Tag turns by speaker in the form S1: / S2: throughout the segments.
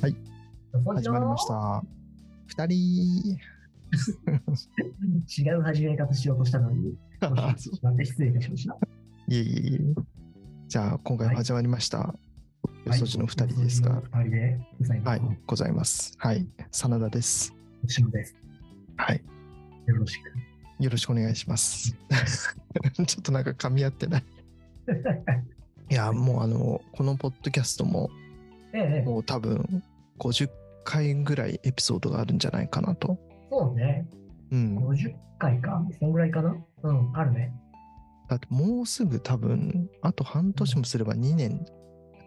S1: はい。始まりました。二 人。
S2: 違う始め方しようとした のに、しまって失礼いたしました。
S1: いえいえいえ。じゃあ、今回も始まりました。予想時の二人ですが、
S2: はい。二人で、うさい
S1: はい、ございます。はい、真田です。
S2: しのです。
S1: はい、
S2: よろしく。
S1: よろしくお願いします。 ちょっとなんか噛み合ってない。いや、もうあの、このポッドキャストも、
S2: ええ、
S1: もう多分50回ぐらいエピソードがあるんじゃないかなと。
S2: そうね。
S1: うん。
S2: 50回か。そんぐらいかな。うん、あるね。
S1: だってもうすぐ多分、あと半年もすれば2年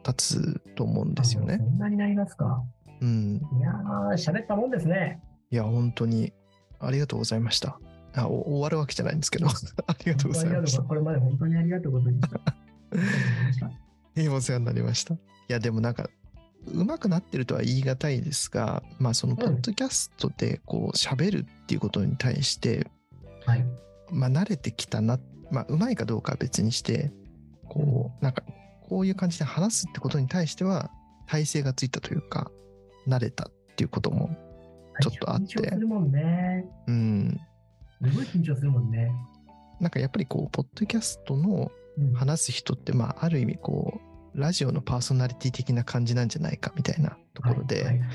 S1: 経つと思うんですよ
S2: あ
S1: ね
S2: そ。んなになりますか。
S1: うん。
S2: いやー、喋ったもんですね。
S1: いや、本当にありがとうございました。あお終わるわけじゃないんですけど、 ありがとうございました
S2: 本当にありがとう。これまで本当にありがとうございました。
S1: いいお世話になりました。いや、でもなんか、うまくなってるとは言い難いですが、まあ、その、ポッドキャストで、こう、喋るっていうことに対して、
S2: はい。
S1: まあ、慣れてきたな、まあ、うまいかどうかは別にして、こう、なんか、こういう感じで話すってことに対しては、体勢がついたというか、慣れたっていうことも、ちょっとあって
S2: 緊張するもんね。
S1: うん、
S2: すごい緊張するもんね。
S1: なんかやっぱりこう、ポッドキャストの
S2: うん、
S1: 話す人って、まあ、ある意味こうラジオのパーソナリティ的な感じなんじゃないかみたいなところで、
S2: はいはい
S1: なん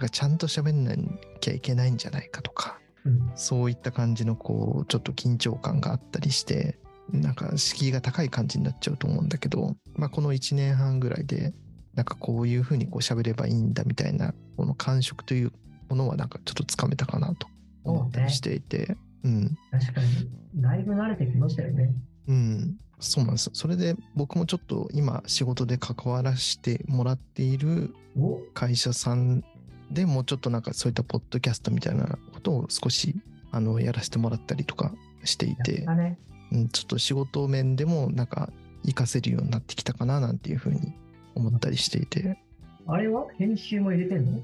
S1: かちゃんと喋んなきゃいけないんじゃないかとか
S2: うん
S1: そういった感じのこうちょっと緊張感があったりしてなんか敷居が高い感じになっちゃうと思うんだけど、まあ、この1年半ぐらいでなんかこういうふうにこう喋ればいいんだみたいなこの感触というものはなんかちょっとつかめたかなと思ったりしていて、うん、
S2: 確かに、だいぶ慣れてきましたよね。
S1: うん、そうなんですよ。それで僕もちょっと今仕事で関わらせてもらっている
S2: お
S1: 会社さんでもうちょっとなんかそういったポッドキャストみたいなことを少しあのやらせてもらったりとかしてい
S2: やってた、ね。
S1: うん、ちょっと仕事面でもなんか活かせるようになってきたかななんていうふうに思ったりしていて、
S2: あれは編集も入れてんの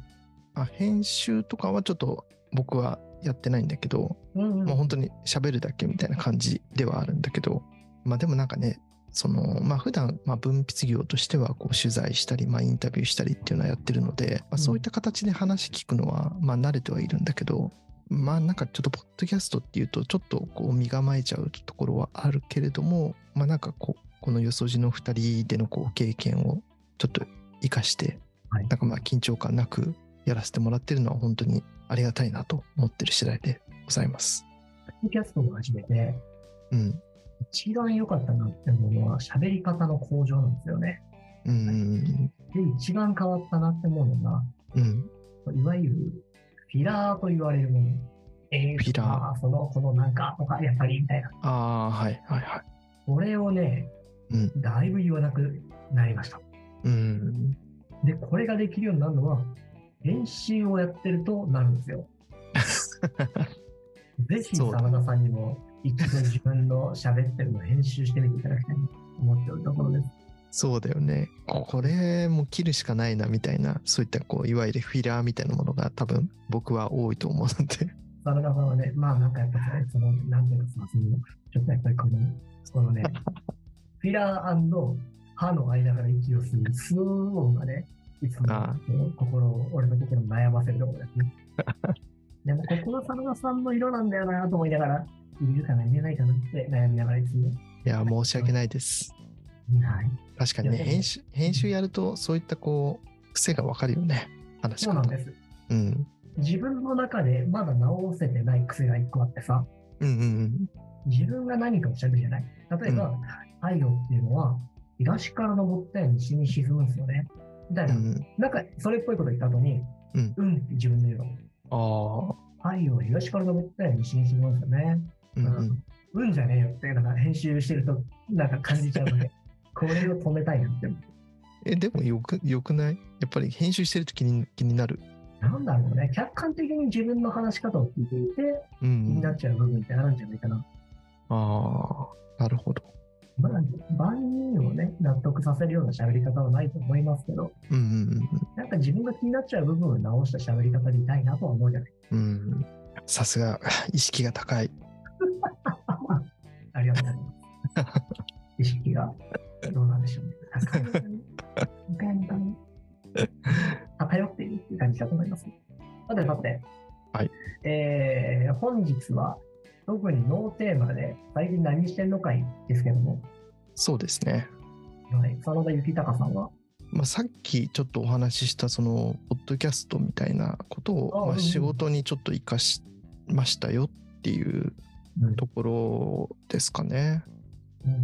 S1: あ編集とかはちょっと僕はやってないんだけど、
S2: うんうん
S1: もう本当に喋るだけみたいな感じではあるんだけど、まあでもなんかね、その、まあ普段、まあ文筆業としてはこう取材したり、まあインタビューしたりっていうのはやってるので、まあそういった形で話聞くのは、まあ慣れてはいるんだけど、まあなんかちょっとポッドキャストっていうと、ちょっとこう身構えちゃうところはあるけれども、まあなんかこう、このよそじの2人でのこう経験をちょっと生かして、
S2: はい
S1: なんかまあ緊張感なくやらせてもらってるのは本当にありがたいなと思ってる次第でございます。
S2: ポッドキャストを始めて、
S1: うん。
S2: 一番良かったなって思うのは、喋り方の向上なんですよね。
S1: うん。
S2: で、一番変わったなって思うのが、
S1: うん。
S2: いわゆるフィラーと言われるもの。え
S1: フィラー
S2: あその、このなんかとか、やっぱりみたいな。
S1: ああ、はいはいは
S2: これをね、
S1: うん
S2: だいぶ言わなくなりました。
S1: い。うん。
S2: で、これができるようになるのは、編集をやってるとなるんですよ。ぜひ、
S1: そうだ
S2: 真田さんにも、一度自分の喋ってるのを編集してみていただきたいなと思っておるところです。
S1: そうだよね。これも切るしかないなみたいな、そういったこう、いわゆるフィラーみたいなものが多分僕は多いと思うので。
S2: 真田さんはね、まあなんかやっぱりその、なんていうかさ、その、ちょっとやっぱりこの、このね、 フィラー歯の間から息を吸う、吸う音がね、いつも
S1: あ
S2: こう心を、俺の心を悩ませるところですね。 でも、ここが真田さんの色なんだよなと思いながら、いるかな、いれないかなって悩みながらいつも、
S1: いや、申し訳ないです。
S2: はい。
S1: 確かに
S2: い
S1: ね、
S2: やでも
S1: 編集、編集やるとそういったこう、癖がわかるよね。話し
S2: そうなん
S1: 方。
S2: です。
S1: うん。
S2: 自分の中でまだ直せてない癖が一個あってさ、
S1: うんうん
S2: 自分が何かを喋るじゃない。例えば、太陽っていうのは、東から昇ったように西に沈むんですよね。みたい
S1: うん。う
S2: な、
S1: ん。
S2: なんか、それっぽいこと言った後に、
S1: うん
S2: うんって自分で言うの。
S1: ああ。
S2: 太陽は東から昇ったように西に沈むんですよね。
S1: うんうん。
S2: うんじゃねえよって、なんか編集してると、なんか感じちゃう ので、これを止めたいなって。
S1: え、でもよく、よくないやっぱり編集してると気に気になる。
S2: なんだろうね、客観的に自分の話し方を聞いていて、
S1: う
S2: 気
S1: ん
S2: に。なっちゃう部分ってあるんじゃないかな。
S1: ああ。なるほど。
S2: まあ、万人をね、納得させるような喋り方はないと思いますけど、
S1: うんうんうんうん。
S2: なんか自分が気になっちゃう部分を直した喋り方でいたいなとは思うじゃない
S1: うん、さすが 意識が高い。
S2: ありがとうございます。意識がどうなんでしょうね。高いのかな高いのかな偏っているってじだと思います。さてさて、
S1: はい
S2: えー本日は特にノーテーマで最近何してんのかいですけども、
S1: そうですね。
S2: はい、真田幸隆さんは、
S1: まあ、さっきちょっとお話ししたそのポッドキャストみたいなこと
S2: あ
S1: をま
S2: うんう
S1: あ
S2: ん
S1: 仕事にちょっと活かしましたよっていう
S2: うん
S1: ところですかね。
S2: うんうん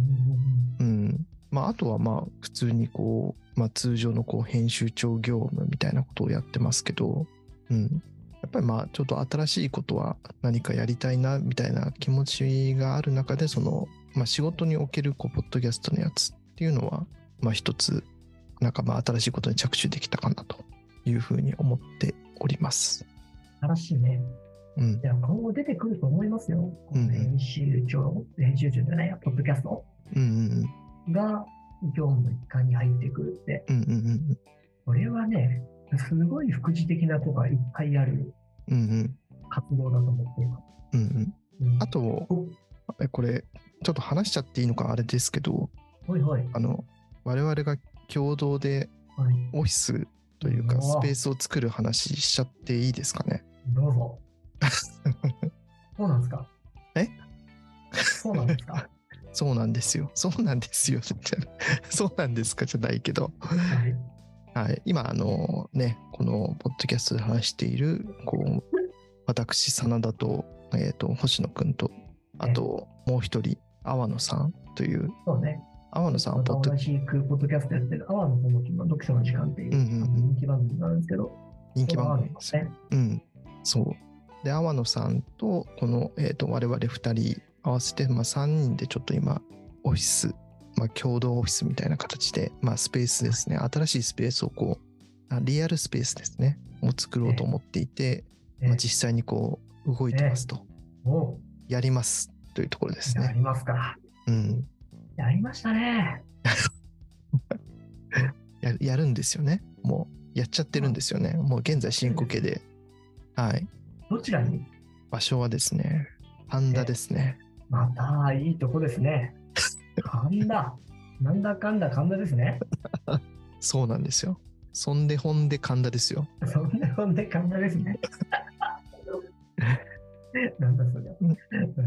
S1: うんまあ、あとはまあ普通にこう、まあ、通常のこう編集長業務みたいなことをやってますけど、うん、やっぱりまあちょっと新しいことは何かやりたいなみたいな気持ちがある中でその、まあ、仕事におけるこうポッドキャストのやつっていうのはまあ一つなんかまあ新しいことに着手できたかなというふうに思っております。
S2: うん新しいね。
S1: うん
S2: い、や、今後出てくると思いますよ。この編集長、編集長じゃないや、ポッドキャスト
S1: うんうん
S2: が業務の一環に入ってくるって、
S1: うんうんうん
S2: これはね、すごい副次的なことがいっぱいある
S1: うんうんうん
S2: 活動だと思っています。
S1: うんうん
S2: うん
S1: あとえこれちょっと話しちゃっていいのかあれですけど、
S2: おはいはい。
S1: あの我々が共同で
S2: はい、
S1: オフィスという
S2: う
S1: か
S2: わ
S1: スペースを作る話しちゃっていいですかね。
S2: どうぞ。そうなんですか
S1: え
S2: そうな んですか
S1: そうなんですよ。そうなんですよ。 みたいなそうなんですかじゃないけど。
S2: はい。
S1: はい。今、あのね、このポッドキャストで話している、こう、私、真田と、えっ、と、星野くんと、あと、もう一人、阿波野さんという、
S2: そうね。
S1: 阿波野さんはポッド
S2: 同じくポッドキャストやってる、阿波の友の読書の時間っていう
S1: うんうんうん
S2: 人気番組があるんですけど、
S1: 人気番組
S2: で
S1: です
S2: すね。
S1: うん、そう。で、天野さんと、この、えー、と我々2人合わせて、まあ、3人でちょっと今、オフィス、まあ、共同オフィスみたいな形で、まあ、スペースですね、新しいスペースをこう、あリアルスペースですね、を作ろうと思っていて、
S2: ええ
S1: まあ、実際にこう、動いてますと、
S2: おう
S1: やりますというところです
S2: や
S1: ね。
S2: りますか。
S1: うん、
S2: やりましたね。
S1: ややるんですよね。もう、やっちゃってるんですよね。もう現在進行形で。はい。
S2: どちらに
S1: 場所はですね、パンダですね。
S2: またいいとこですね。神田。なんだかんだ神田ですね。
S1: そうなんですよ。そんでほんで神田ですよ。
S2: そんなほんで神田ですね。なんだそれ。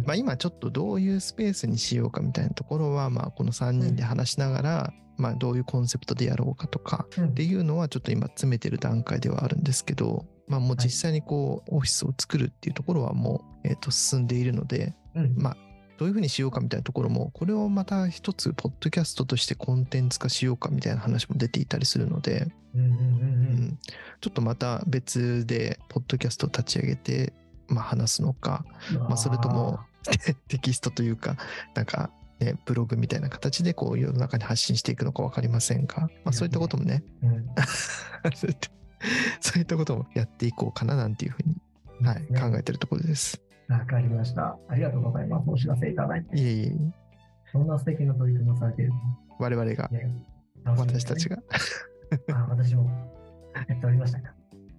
S1: まあ、今ちょっとどういうスペースにしようかみたいなところは、まあ、この3人で話しながら、まあ、どういうコンセプトでやろうかとか
S2: うん
S1: っていうのはちょっと今詰めてる段階ではあるんですけど、まあ、もう実際にこうオフィスを作るっていうところはもう、えーと進んでいるので
S2: うん
S1: まあどういうふうにしようかみたいなところもこれをまた一つポッドキャストとしてコンテンツ化しようかみたいな話も出ていたりするので、
S2: うんうんうん
S1: う
S2: うん
S1: んちょっとまた別でポッドキャストを立ち上げて、まあ、話すのかまあ、それともテキストというかなんか、ね、ブログみたいな形でこう世の中に発信していくのか分かりませんが、まあ、そういったこともね
S2: うわー、うん
S1: そういったそういったこともやっていこうかななんていうふうに、はい
S2: ですね
S1: 考えてるところです。
S2: わかりました。ありがとうございます。お知らせいただいて。
S1: いえいえ
S2: そんな素敵な取り組みをされている
S1: 我々が
S2: ので、ね、
S1: 私たち
S2: が。
S1: が
S2: あ私もやっておりましたか。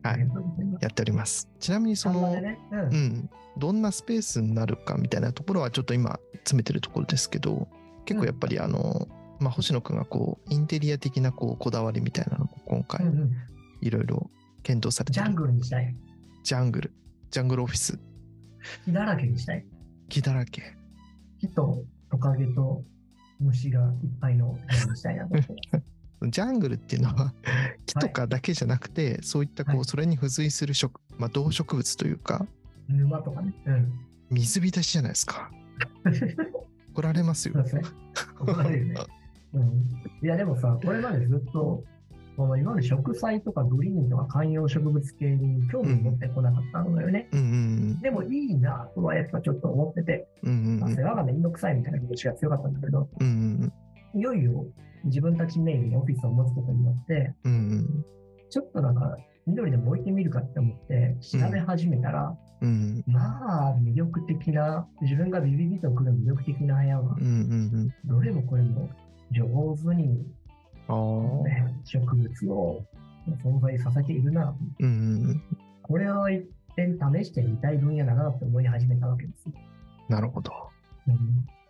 S1: はい
S2: ありがとうございます。
S1: やっております。ちなみにそ
S2: 看
S1: の、
S2: 板でね、う、
S1: うんん、どんなスペースになるかみたいなところはちょっと今詰めてるところですけど結構やっぱりあの、まあ、星野くんがこうインテリア的なこうこだわりみたいなのも今回
S2: うんうん。
S1: いろいろ検討されて
S2: ジ
S1: る
S2: ャングルにしたい。
S1: ジャングル、ジャングルオフィス、
S2: 木だらけにしたい。
S1: 木だらけ。
S2: 木とトカゲと虫がいっぱいの部屋にしたいなと 思ってます。
S1: ジャングルっていうのは木とかだけじゃなくて、そういったこ
S2: は
S1: う
S2: い
S1: それに付随する植、まあ、動植物というか
S2: 沼とかね。うん。
S1: 水浸しじゃないですか怒られます
S2: そう
S1: よ
S2: ですね。怒られるね。うん、いやでもさ、これまでずっと、このいわゆる植栽とかグリーンとか観葉植物系に興味を持ってこなかったのよね。
S1: うん
S2: でもいいなとはやっぱちょっと思ってて、
S1: うんうん
S2: ま
S1: う
S2: あ
S1: ん
S2: 世話がめんどくさいみたいな気持ちが強かったんだけど、
S1: うんうん
S2: いよいよ自分たちメインにオフィスを持つことによって、
S1: うんうん
S2: ちょっとなんか緑でも置いてみるかって思って調べ始めたら、
S1: うんうん
S2: まあ魅力的な、自分がビビビとくる魅力的な部屋は
S1: うんう、ん
S2: どれもこれも上手に
S1: ああー
S2: ね植物を存在させているな。
S1: うんうんうん
S2: これを一点試してみたい分野だなって思い始めたわけです。
S1: なるほど
S2: うん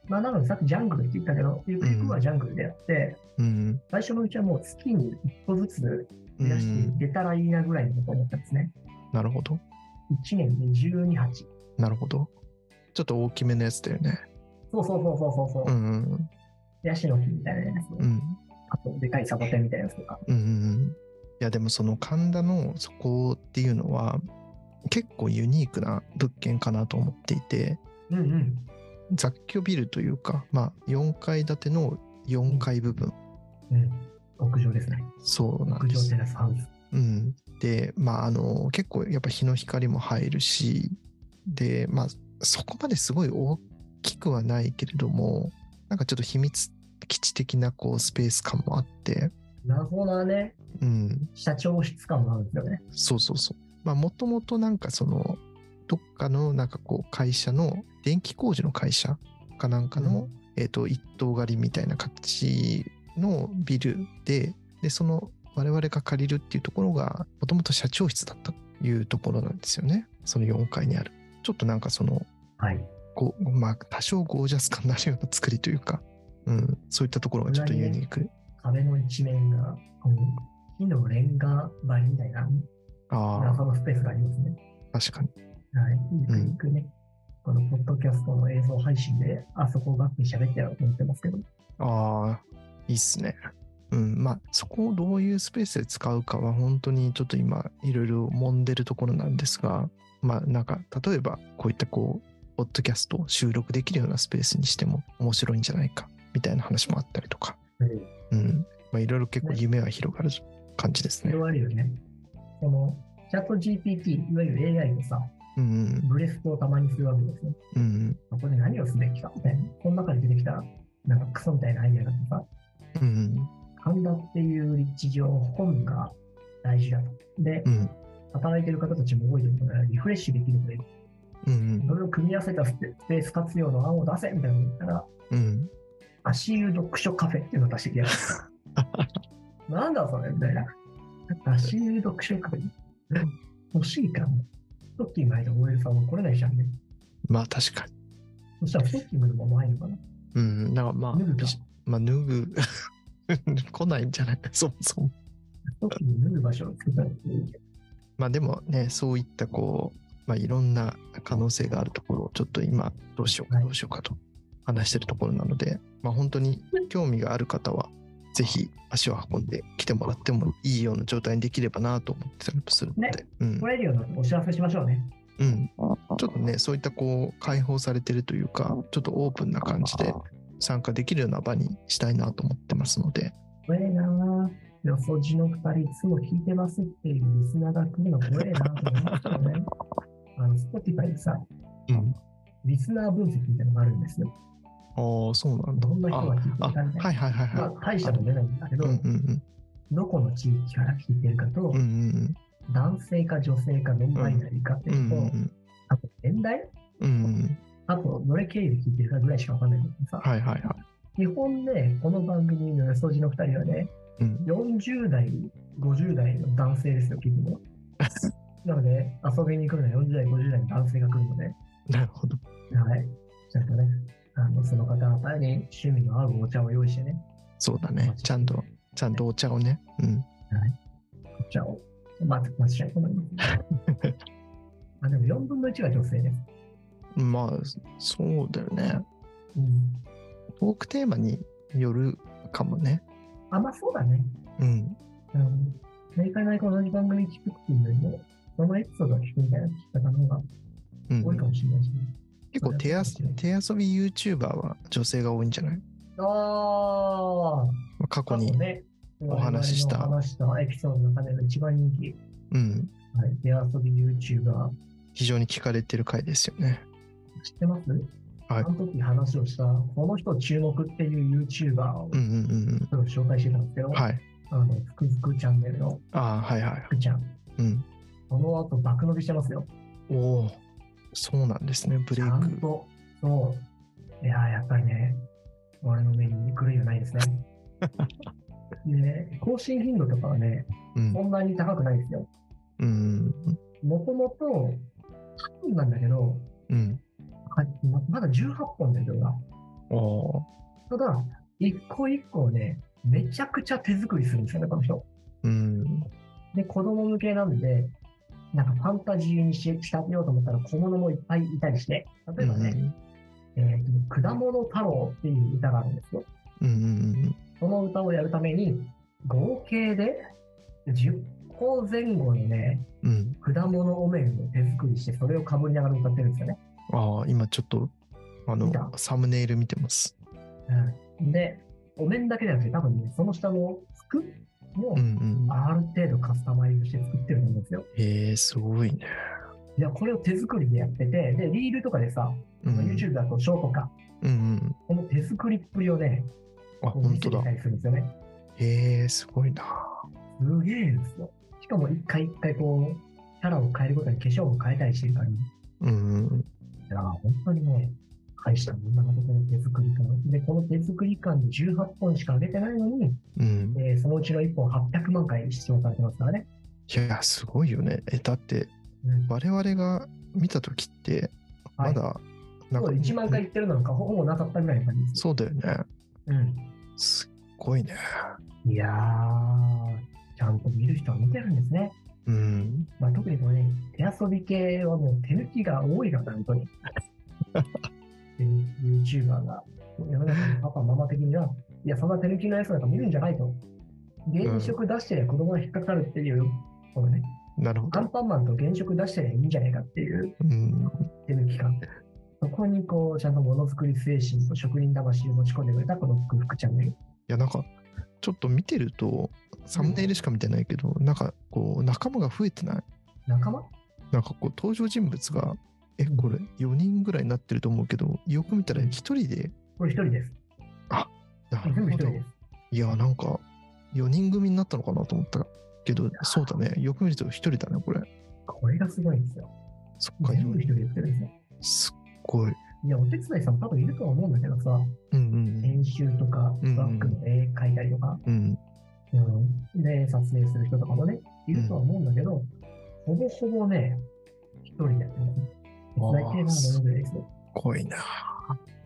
S2: まあ、なのでさっきジャングルって言ったけど、ゆくゆくはジャングルでやって、
S1: うん
S2: 最初のうちはもう月に一個ずつ増やしていけたらいいなぐらいのところだったんですね。
S1: なるほど。
S2: 1年で12鉢。
S1: なるほど。ちょっと大きめのやつだよね。
S2: そうそうそうそうそうそう
S1: う。んうん
S2: ヤシの木みたいなやつ、
S1: うん。
S2: あとでかいサボテンみたいなやつとか。
S1: うんうんうん。いやでもその神田のそこっていうのは結構ユニークな物件かなと思っていて
S2: うんうん。
S1: 雑居ビルというか、まあ、4階建ての4階部分、
S2: うん。屋上ですね。
S1: そうなん
S2: 屋
S1: で
S2: 上
S1: す
S2: テ。ラスハウス。
S1: うん、でまああの結構やっぱ日の光も入るしでまあそこまですごい大きくはないけれどもなんかちょっと秘密基地的なこうスペース感もあって、
S2: 謎なね、
S1: うん、
S2: 社長室感もあるんですよね。
S1: そうそうそう。まあ、もともとなんかその、どっかのなんかこう会社の、電気工事の会社かなんかの、えっ、と、一棟借りみたいな形のビルで、で、その我々が借りるっていうところが、もともと社長室だったというところなんですよね。その4階にある。ちょっとなんかその、
S2: はい。
S1: ごまあ、多少ゴージャス感のあるような作りというか、うん、そういったところがちょっとユニーク。
S2: 壁の一面が、この木のレンガ張りみたいな
S1: あ
S2: 謎のスペースがありますね。
S1: あ、確かに。
S2: はい。ゆく
S1: うん
S2: ゆくね、このポッドキャストの映像配信で、あそこをバックに喋ってやろうと思ってますけど。
S1: ああ、いいっすね。うん、まあそこをどういうスペースで使うかは本当にちょっと今いろいろ揉んでるところなんですが、まあなんか例えばこういったこう、ポッドキャストを収録できるようなスペースにしても面白いんじゃないかみたいな話もあったりとか、うん、まあいろいろ結構夢は広がる感じですね。
S2: 広がるよね。この、チャット GPT、いわゆる AI とさ、
S1: うん
S2: ブレストをたまにするわけですよ。
S1: うん、うん
S2: そこで何をすべきかみたいな。この中で出てきた、なんかクソみたいなアイデアがあってさ、
S1: うん、
S2: 神田っていう立地上の本が大事だと。で
S1: う、ん、
S2: 働いてる方たちも多いと思うから、リフレッシュできるので、
S1: うん、
S2: それを組み合わせたスペスペース活用の案を出せみたいなの言ったら、
S1: うん、
S2: 足湯読書カフェっていうのを出してきやが った。なんだそれみたいな。足湯読書カフェ欲しいかも。ストッキング履いた OL さんも来れないじゃんね。
S1: まあ確かに。
S2: そしたらストッキングでもないのかな。
S1: うん、だからまあ
S2: 脱ぐか、
S1: まあ脱ぐ、 来ないんじゃない そもそも。
S2: ストッキング脱ぐ場所を作ったらいい
S1: まあでもね、そういったこう、まあ、いろんな可能性があるところをちょっと今どうしようか
S2: はい
S1: どうしようかと話してるところなので、まあ本当に興味がある方はぜひ足を運んで来てもらってもいいような状態にできればなと思ってたりもするので、うん
S2: 来れるようになってお知らせしましょうね。
S1: うん、ちょっとねそういったこう開放されてるというかちょっとオープンな感じで参加できるような場にしたいなと思ってますので
S2: 怖えなぁ。よそじの二人いつも聞いてますっていうリスナーが来るの怖えなぁと思ってたよね。 あの、Spotify でさ、
S1: うん
S2: リスナー分析みたいなのがあるんですよ。
S1: ああそうなんだ
S2: どんな人が聞いてるか
S1: あ
S2: みたい
S1: はいはいはい
S2: な。
S1: は
S2: まあ、大したの出ないんだけ
S1: い
S2: ど、
S1: うんうん
S2: どこの地域から聞いてるかと、
S1: うんうん
S2: 男性か女性かノンバイナリーかって
S1: うんう
S2: いうと、
S1: ん
S2: あと年代
S1: うんうん
S2: あとどれ経由で聞いてるかぐらいしかわかんないけどさ、
S1: はいはいはい。
S2: 基本ね、この番組のよそじの二人はね、
S1: うん、
S2: 40代、50代の男性ですよ、結構。なので、遊びに来るのは40代、50代の男性が来るので、
S1: なるほど。
S2: はい。ちゃんとね、あのその方々に趣味の合うお茶を用意してね、
S1: そうだね。ちゃんと、ちゃんとお茶をね。うん。
S2: お茶を待って待ちたいと思います。 あでも4分の1が女性です。
S1: まあ、そうだよね。
S2: うん、
S1: トークテーマによるかもね。
S2: あ、まあそうだね。
S1: うん。
S2: うん。毎回毎回同じ番組聞くっていうよりも、そのエピソードを聞くみたいな聞き方の方が
S1: うん、
S2: 多いかもしれないし、
S1: 結構手やす手遊び YouTuber は女性が多いんじゃない
S2: ああ、
S1: まあ過去
S2: 過去
S1: に。
S2: ね、
S1: お話しした
S2: 我々の話したエピソードの中での一番人気、
S1: うん。
S2: はい、手遊び YouTuber、
S1: 非常に聞かれてる回ですよね。
S2: 知ってます
S1: はい
S2: あの時話をした、この人注目っていう YouTuber を
S1: うんうんうん
S2: ちょっと紹介してたんですけど、
S1: うん。はい。
S2: あの、ふくふくチャンネルの
S1: ああ、はいはいはい。
S2: ふくちゃん、
S1: うん。
S2: この後爆伸びしてますよ。
S1: おお。そうなんですね。ブ
S2: ち
S1: レイ
S2: ゃん
S1: ク。
S2: と、そう。いやー、やっぱりね、俺の目に狂いはな いですね。でね、更新頻度とかはね、
S1: うん。
S2: そんなに高くないですよ。
S1: うん。
S2: もともと、多分なんだけど、
S1: うん。
S2: はいままだ18本だけどな。
S1: おお
S2: ただ、一個一個をね、めちゃくちゃ手作りするんですよね、この人。
S1: ー。うん。
S2: で、子供向けなんで、なんかファンタジーにし仕立てようと思ったら小物もいっぱいいたりして、例えばね、えーと果物太郎っていう歌があるんですよ。
S1: うんうん
S2: その歌をやるために、合計で10個前後のね、
S1: うんうん。
S2: 果物お面を手作りして、それをかぶりながら歌ってるんですよね。
S1: ああ、今ちょっと、あの
S2: 見た、
S1: サムネイル見てます。
S2: うん、で、お面だけじゃなくて、多分ね、その下の服も
S1: うんうん。
S2: ある程度カスタマイズして作ってると思うんですよ。
S1: へえ、すごいね。
S2: いや、これを手作りでやってて、で、リールとかでさ、
S1: うん。
S2: YouTube だとショーとか、
S1: うんうん。
S2: この手作りっぷりをね、
S1: あ、
S2: こう
S1: 本
S2: 見
S1: 当
S2: せて
S1: だ
S2: た。りするんですよね。
S1: へえ、すごいな。
S2: すげえですよ。しかも一回一回こう、キャラを変えることに化粧を変えたりしてるから、い
S1: うんうん。
S2: や、本当にね、大したもんだな、この手作り感。で、この手作り感で18本しか上げてないのに、
S1: うん。
S2: えーそのうちの1本800万回視聴されてますからね。
S1: いや、すごいよね。え、だって、
S2: うん
S1: 我々が見た時って、
S2: は
S1: ま
S2: い
S1: だ、な
S2: そう1万回言ってるのなんかほぼなかったぐらいの感じです。
S1: そうだよね。
S2: うん。
S1: すっごいね。
S2: いやー、ちゃんと見る人は見てるんですね。
S1: うん。
S2: まあ、特にこのね、手遊び系はもう手抜きが多いから、本当に。で YouTuber が、世の中のパパ、ママ的には、いや、そんな手抜きのやつなんか見るんじゃないと。原色出してりゃ子供が引っかかるっていう、このね、
S1: なるほど。
S2: アンパンマンと原色出してりゃいいんじゃないかっていう
S1: うん。
S2: 手抜き感。そこにこう、ちゃんとものづくり精神と職人魂を持ち込んでくれたこの福福チャンネル。
S1: いやなんかちょっと見てるとサムネイルしか見てないけど、なんかこう仲間が増えてない
S2: 仲間
S1: なんかこう登場人物がえこれ4人ぐらいになってると思うけどよく見たら1人で、
S2: これ一人です。
S1: なる
S2: 全部一
S1: ほ
S2: 人
S1: ど
S2: です。
S1: いやなんか4人組になったのかなと思ったけどそうだねよく見ると1人だねこれ
S2: これがすごいんですよ。
S1: そっか
S2: 全部一人でやってるんです
S1: す
S2: よ。
S1: っごい
S2: いや、お手伝いさんも多分いるとは思うんだけどさ、
S1: うん
S2: 編集とか、
S1: うん
S2: スタッフの絵描いたりとか、
S1: うんうん
S2: うん、で、撮影する人とかもね、いるとは思うんだけど、ほぼほぼね、一人でやってますね。手伝い系なんだよぐらいですよ。
S1: 濃いなー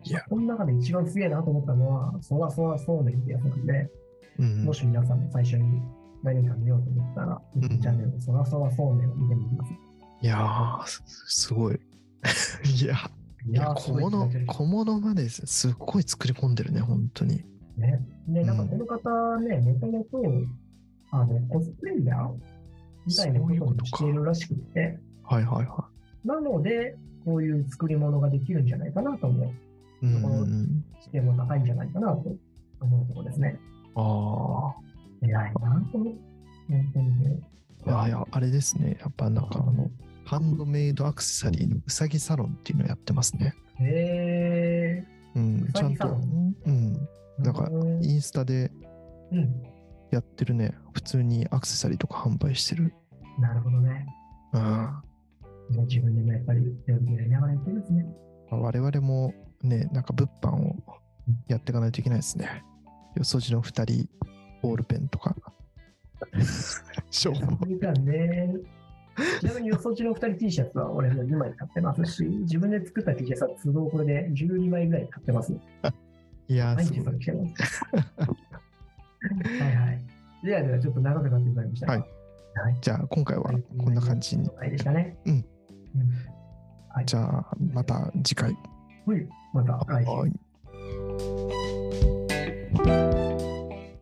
S1: いや
S2: この中で一番すげえなと思ったのは、そわそわそうめんってやつなんで、
S1: うん
S2: もし皆さんも最初に何か見ようと思ったら、
S1: ん
S2: YouTube チャンネルのそわそわそうめんを見てみてください。
S1: いやーすすごい いや
S2: い
S1: いや
S2: ーす
S1: 小
S2: ごい
S1: 物
S2: 気持ちいい
S1: 小物まですすっごい作り込んでるね本当に
S2: ね。ね、
S1: うん
S2: なんかこの方ね、もともと、あの、コスプレイヤーみたいなこ
S1: そういうことと
S2: を
S1: か
S2: しているらしくて、
S1: はいはいは
S2: なので、こういう作り物ができるんじゃないかなと思う。
S1: い。うんうんうん。
S2: 視点も高いんじゃないかなと思うところですね。
S1: あ
S2: 偉いなと思う。本当にね。
S1: あ。いやいや、あれですね。やっぱなんかあの、ハンドメイドアクセサリーのうさぎサロンっていうのやってますね。
S2: へ
S1: うん、
S2: う
S1: ち
S2: さ
S1: ゃん
S2: ぎサ
S1: と、
S2: ロン
S1: うん、
S2: ー。
S1: なんか
S2: うん。
S1: インスタでやってるね。普通にアクセサリーとか販売してる。
S2: なるほどね。
S1: うん。
S2: じゃあ自分でもやっぱり手をやりながらやってるんですね。
S1: 我々もね、なんか物販をやっていかないといけないですね。よそじの2人、ボールペンと か。商法
S2: いかね。ちなみに、よそちの2人 T シャツは俺も2枚買ってますし、自分で作った T シャツは都合これで12枚ぐらい買ってます。
S1: いやー、
S2: 毎
S1: す
S2: 日
S1: ご
S2: そ
S1: い
S2: れ。着てます。 はいはい。ではでは、ちょっと長くなってしまいましたが。
S1: はいじゃあ、今回はこんな感じに。
S2: はいでしたね。
S1: うん
S2: うん。
S1: じゃあ、また次回。
S2: はい。また来週
S1: はい。